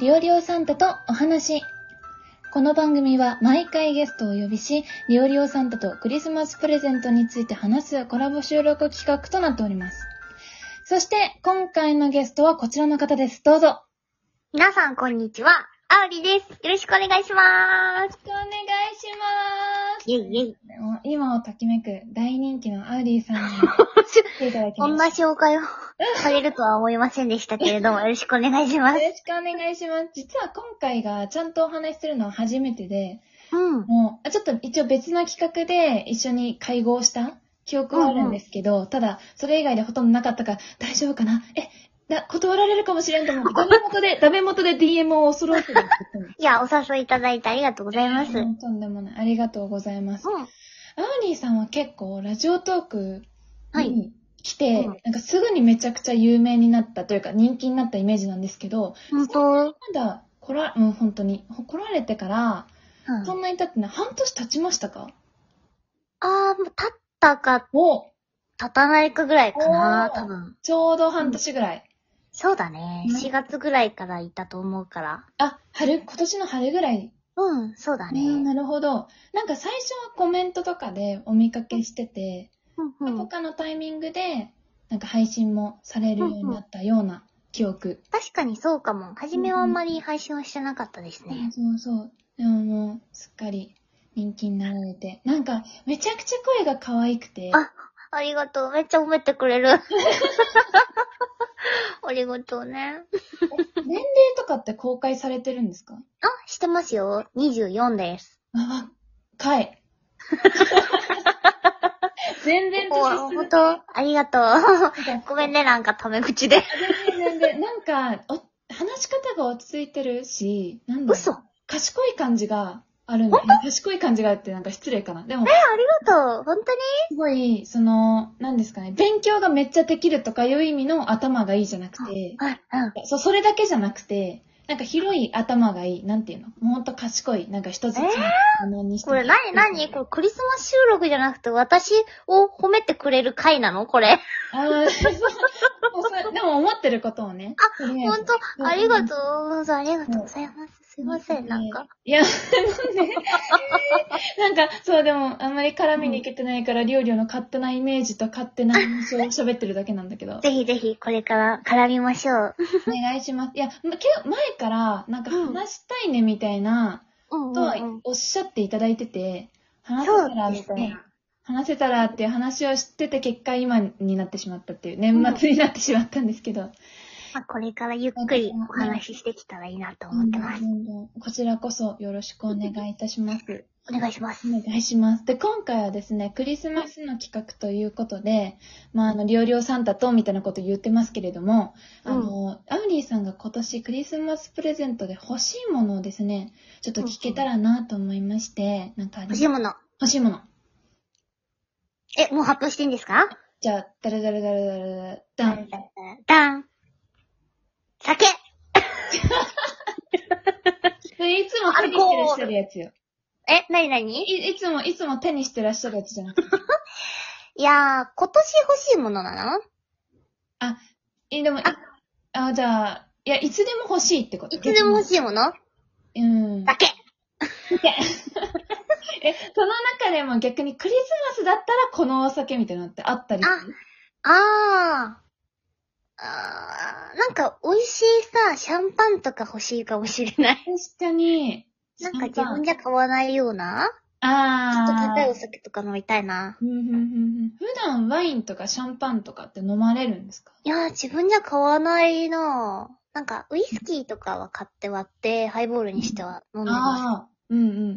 ディオディオサンタとお話。この番組は毎回ゲストをお呼びし、ディオディオサンタとクリスマスプレゼントについて話すコラボ収録企画となっております。そして、今回のゲストはこちらの方です。どうぞ。よ皆さん、こんにちは。あおりです。よろしくお願いしまーろす。しくお願いします。イェイイェイ。もう今をときめく大人気のアウディさんに来ていただき こんまなし。紹介をされるとは思いませんでしたけれ ども、よろしくお願いしたまよす。ろしくお願いします。実は今回がちゃんとお話しするのは初めてで、うん。もう、あちょっと一応別の企画で一緒に会合した記憶はあるんですけど、ただ、それ以外でほとんどなかったから、大丈夫かなえ、だ断られるかもしれんと思って、ダメ元で、 ダメ元で DM を恐ろうと思ってたのいや、お誘いいただいてありがとうございます。う。うんんとんでもない。ありがとうございます。アーリーさんは結構ラジオトークはいに来て、うんなんかすぐにめちゃくちゃ有名になったというか人気になったイメージなんですけど、本当うん。まだ来ら、うん、本当に、来られてから、そんなに経ってね、半年経ちましたかあー、もう立ったかお立たないかぐらいかな、おー多分。ちょうど半年ぐらい。そうだね。うん4月ぐらいからいたと思うから。あ、春、今年の春ぐらい。うん、そうだうんね。なるほど。なんか最初はコメントとかでお見かけしてて、うんうん他のタイミングで、なんか配信もされるようになったような記憶。確かにそうかも。初めはあんまり配信はしてなかったですね。そうそう。でももう、すっかり人気になられて。なんか、めちゃくちゃ声が可愛くて。あありがとう。めっちゃ褒めてくれ る。ありがとうね。年齢とかって公開されてるんですかあ、してますよ。24です。あ、若 い。全然お年本下。当ありがとう。ごめんね。ね、なんかタメ口で。全然全然。なんか、お話し方が落ち着いてるし、なんだろう嘘あ賢い感じがあるんだよね賢い感じがあってなんか失礼かな。でも、りがとう。本当にすごい、その、なんですかね、勉強がめっちゃできるとかいう意味の頭がいいじゃなくて、はい、うん。そう、それだけじゃなくて、なんか広い頭がいい、なんていうのもうほんと賢い、なんか一つのものにしてこれ、なになにこれクリスマス収録じゃなくて私を褒めてくれる回なのこれ。あーそう そうそうでも思ってることをね。あ、本う当んありがとう。どうぞありがとうございます。すいません、なんか。。いや、なんで なんか、そう、でも、あんまり絡みに行けてないから、りょうりょうの勝手なイメージと勝手な印象を喋ってるだけなんだけど。ぜひぜひ、これから絡みましょう。お願いします。いや、まけど前から、なんかうん話したいね、みたいな、うんとはおっしゃっていただいてて、話せたら、みたいな。話せたらっていう話をしてて、結果今になってしまったっていう、年末になってしまったんですけど。まあ、これからゆっくりお話ししてきたらいいなと思ってます。こちらこそよろしくお願いいたします。お願いします。お願いします。で、今回はですね、クリスマスの企画ということで、まあ、あの、りょうりょうサンタと、みたいなこと言ってますけれども、あの、アウリーさんが今年クリスマスプレゼントで欲しいものをですね、ちょっと聞けたらなと思いまして、なんかありま欲すしいもの。欲しいもの。え、もう発表していいんですかじゃあ、だるだるだるだるだる、ダン。ダン。酒それいつも手にしてらっしゃるやつよ。え、なになにいいつも、いつも手にしてらっしゃるやつじゃなくて。いやー、今年欲しいものなのえ、でも、いあ、じゃあ、いや、いつでも欲しいってこといつでも欲ししいものい。うん。酒え、その中でも逆にクリスマスだったらこのお酒みたいなのってあったりするあー。あー、なんか美味しいさ、シャンパンとか欲しいかもしれない。確かに。なんか自分じゃ買わないようなちょっとあ高いーお酒とか飲みたいな。ふんふんふんふん普段ワインとかシャンパンとかって飲まれるんですかいやー、自分じゃ買わないなぁ。なんか、ウイスキーとかは買って割って、ハイボールにしては飲んでます。ああ。うんうんうんうんう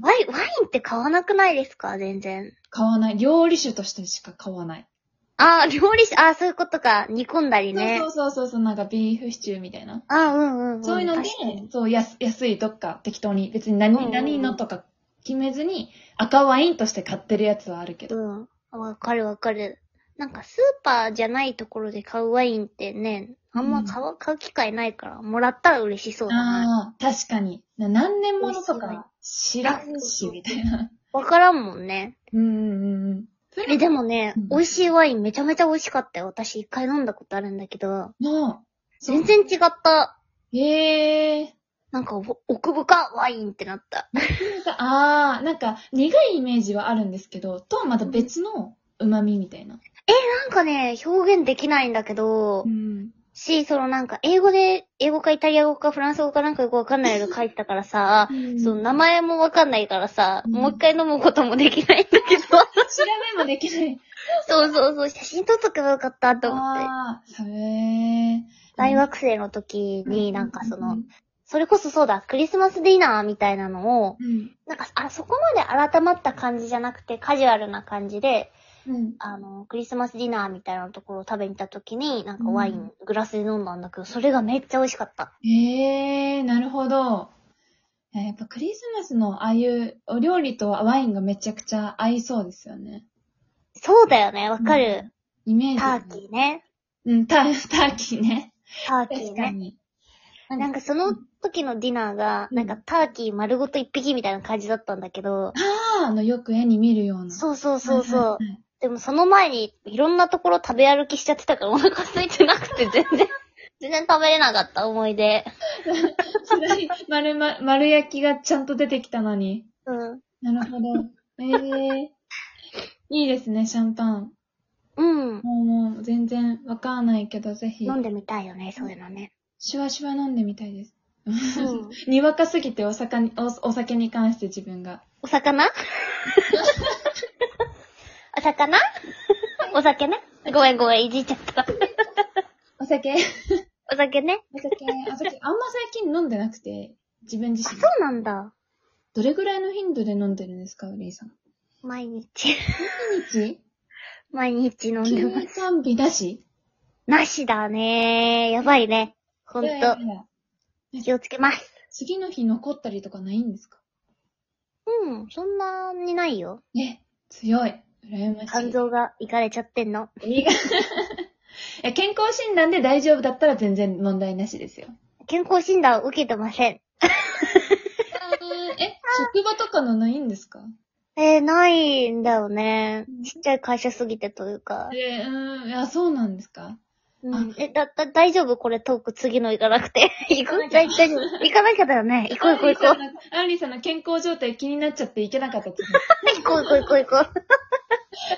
ん。ワイン、ワインって買わなくないですか全然。買わない。料理酒としてしか買わない。あー、料理し、あー、そういうことか。煮込んだりね。そうそうそうそうそう、なんかビーフシチューみたいな。あー、うんうん、うん。そういうので確かに、そう、安安いどっか適当に、別にうんうんう何、ん何のとか決めずに赤ワインとして買ってるやつはあるけど。うん。わかるわかる。なんか、スーパーじゃないところで買うワインってね、あんま買う、買う機会ないから、もらったら嬉しそうだな。ああ、確かに。な何年ものと美味しいかわ、知らんし、みたい な。わからんもんね。うんうんうん。そえ、でもねうん、美味しいワインめちゃめちゃ美味しかったよ。私一回飲んだことあるんだけど。の、全然違った。ええなんか、お奥深ワインってなった。ー。ああ、なんか苦いイメージはあるんですけど、とはまた別の旨味みたいな。なんかね、表現できないんだけど、ん。し、そのなんか、英語で、英語かイタリア語かフランス語かなんかよくわかんないの書いてたからさ、その名前もわかんないからさ、うんもう一回飲むこともできないんだけど、調べもできない。そうそうそう、写真撮っとけばよかった と思って。ああ、へえ。大学生の時になんかそうのん、それこそそうだ、クリスマスディナーみたいなのを、うん。なんか、あ、そこまで改まった感じじゃなくて、カジュアルな感じで、うん。あの、クリスマスディナーみたいなところを食べに行った時に、なんかワイン、グラスで飲んだんだけど、それがめっちゃ美味しかった。ええー、なるほど。いややっぱクリスマスのああいうお料理とワインがめちゃくちゃ合いそうですよね。そうだよね、わかる。イメージ。ターキーね。ー。うん、ター、ターキーね。ターキー確かね。に。なんかその時のディナーが、うんなんかターキー丸ごと一匹みたいな感じだったんだけど、あーあの、よく絵に見るような。そうそうそうそは。ういはいはいでもその前に、いろんなところ食べ歩きしちゃってたから、お腹空いてなく て、全然、全然食べれなかった思い出。辛い 丸ま、丸焼きがちゃんと出てきたのに。うん。なるほど。ええー。いいですね、シャンパン。うん。もうもう、全然わかんないけど、ぜひ飲。んでみたいよね、そういうのね。シュワシュワ飲んでみたいです。うん。にわかすぎてお酒に、おお酒に関して自分が。お魚お魚お酒ね。ごめんごめん、いじっちゃった。お酒お酒ね。お酒、お酒、あんま最近飲んでなくて、自分自身。そうなんだ。どれぐらいの頻度で飲んでるんですか、ウリーさん。毎日、毎日毎日飲んでます。休館日だしなしだねやばいね。ほんいやいやとい、や気をつけます。次の日残ったりとかないんですかうん、そんなにないよ。え、強い。羨ましい。肝臓がいかれちゃってんの。いいが え健康診断で大丈夫だったら全然問題なしですよ。健康診断を受けてません。え、職場とかのないんですかえー、ないんだよね。ちっちゃい会社すぎてというか。えうん、いや、そうなんですかうん、え、だ、だ、大丈夫これトーク次の行かなくて。 行く大大丈夫行かなきゃだよ ね。行こう行こう行こう。アンリさんの健康状態気になっちゃって いけなかったって。行こう行こう行こう行こう。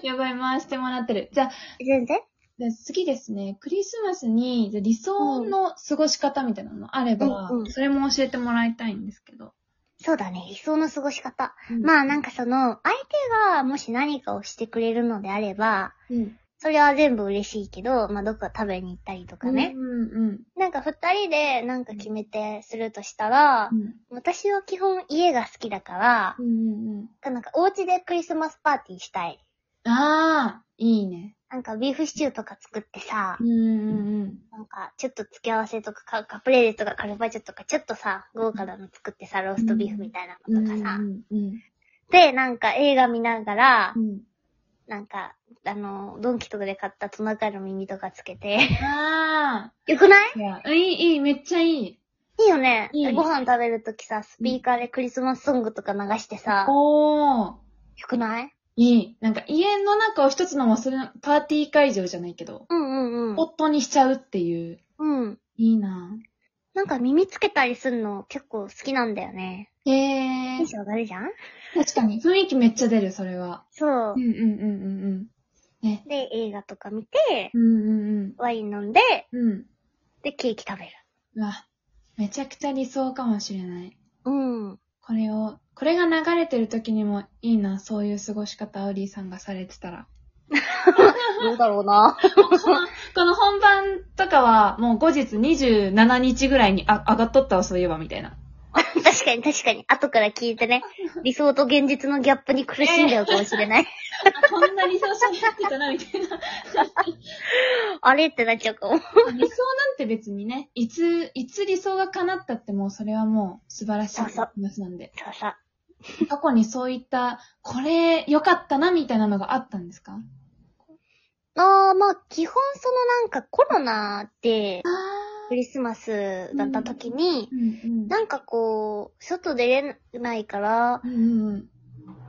やばい、回してもらってる。じゃあ、全然じゃあ次ですね、クリスマスにじゃあ理想の過ごし方みたいなのあれば、うんうんそれも教えてもらいたいんですけど。そうだね。理想の過ごし方。まあなんか、かその、相手がもし何かをしてくれるのであれば、うん、それは全部嬉しいけど、まあどっか食べに行ったりとかね。うんうんなんか二人でなんか決めてするとしたらう、ん。私は基本家が好きだからう、んうんなんかお家でクリスマスパーティーしたい。うん。ああ、いいね。なんかビーフシチューとか作ってさ、うんうんうん。なんか、ちょっと付け合わせとか、カカプレーゼとかカルパチョとか、ちょっとさ、豪華なの作ってさ、ローストビーフみたいなのとかさ。うんうんで、なんか映画見ながらう、ん。なんか、あの、ドンキとかで買ったトナカイの耳とかつけて。 あよくないあ、いや、いい、いい、めっちゃいい。いいよね。いいご飯食べるときさ、スピーカーでクリスマスソングとか流してさ、おー、よくないいい。なんか家の中を一つの忘れな、パーティー会場じゃないけど、うんうんうポットにしちゃうっていう。ん。うん。いいななんか耳つけたりするの結構好きなんだよね。へえテンション上がるじゃん確かに。雰囲気めっちゃ出る、それは。そううん。うんうんうんうん。ね。で、映画とか見て、うんうんワイン飲んで、うん。うん。で、ケーキ食べる。うわ、めちゃくちゃ理想かもしれない。うん。これを、これが流れてる時にもいいな、そういう過ごし方、アウリーさんがされてたら。どうだろうな。この本番とかは、もう後日27日ぐらいにあ上がっとったわ、そういえば、みたいな。 確かに確かに。後から聞いてね。理想と現実のギャップに苦しんじゃうかもし れない。あこんな理想喋ってたな、みたいな。あれってなっちゃうかも。 理想なんて別にね、いつ、いつ理想が叶ったってもうそれはもう素晴らしい話なんで。そうさ。過去にそういった、これ良かったな、みたいなのがあったんですかあー、まあ、基本そのなんかコロナであ、クリスマスだった時に、うんうん。なんかこう、外出れないから、うんうんうん。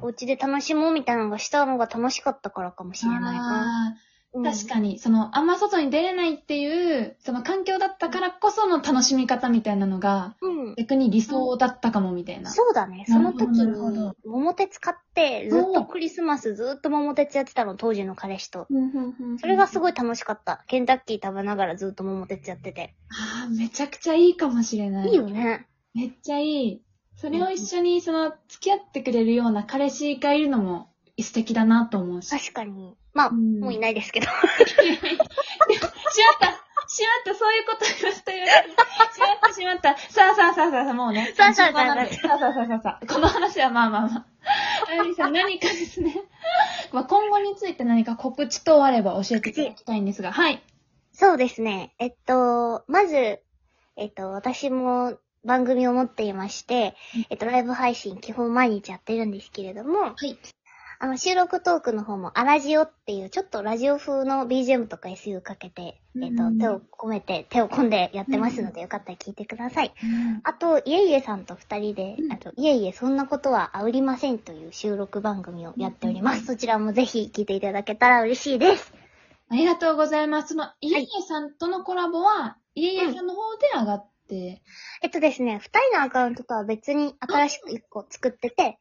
お家で楽しもうみたいなのがしたのが楽しかったからかもしれないな。ああ、確かに、その、あんま外に出れないっていう、その環境だったからこその楽しみ方みたいなのが、に。うん。逆に理想だったかもみたいな。そうだね。なそるほのど時なるほどに、桃鉄買って、ずっとクリスマスずっと桃鉄やってたの、当時の彼氏と。うんそれがすい。ごい楽しかった。ケンタッキー食べながらずっと桃鉄やってて。ああ、めちゃくちゃいいかもしれない。いいよね。めっちゃいい。それを一緒に、その、付き合ってくれるような彼氏がいるのも素敵だなと思うし。確かに。まあ、うんもういないですけど。しまったし まったそういうこと言わせたよ。しまったしまった。さあさあさあさあ、もうね。さあさあさあ30なんでさあさあさあさあさあ。この話はまあまあまあ。あゆりさん、何かですね。まあ今後について何か告知等あれば教えていただきたいんですが、はい。そうですね。えっと、まず、えっと、私も番組を持っていましてうん、えっと、ライブ配信基本毎日やってるんですけれども、いあの、収録トークの方も、アラジオっていう、ちょっとラジオ風の BGM とか SU かけて、えっとうん、手を込めて、手を込んでやってますので、よかったら聞いてください。うんあと、いえいえさんと二人でう、んあと、いえいえそんなことはあうりませんという収録番組をやっております。そちらもぜひ聞いていただけたら嬉しいです。ありがとうございます。その、いえいえさんとのコラボは、いえいえさんの方で上がって、えっとですね、二人のアカウントとは別に新しく一個作ってて、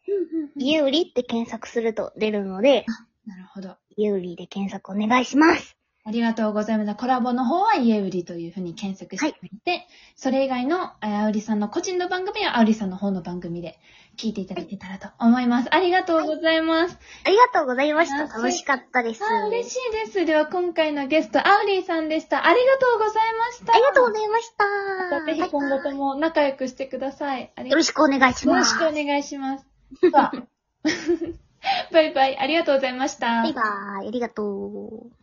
いえ家売りって検索すると出るので、なるほど。家売りで検索お願いします。ありがとうございます。コラボの方は家売りというふうに検索していただいて、それ以外のえーあうりさんの個人の番組はあうりさんの方の番組で聞いていただけたらと思います。ありがとうございます。ありがとうございました。あそう楽しかったです。あー嬉しいです。では今回のゲスト、あうりさんでした。ありがとうございました。ありがとうございざいました。ぜひ今後とも仲良くしてください。ありよがろとしくお願いしうよまろすし。くお願いします。 さあバイバイ。ありがとうございました。バイバイ。ありがとう。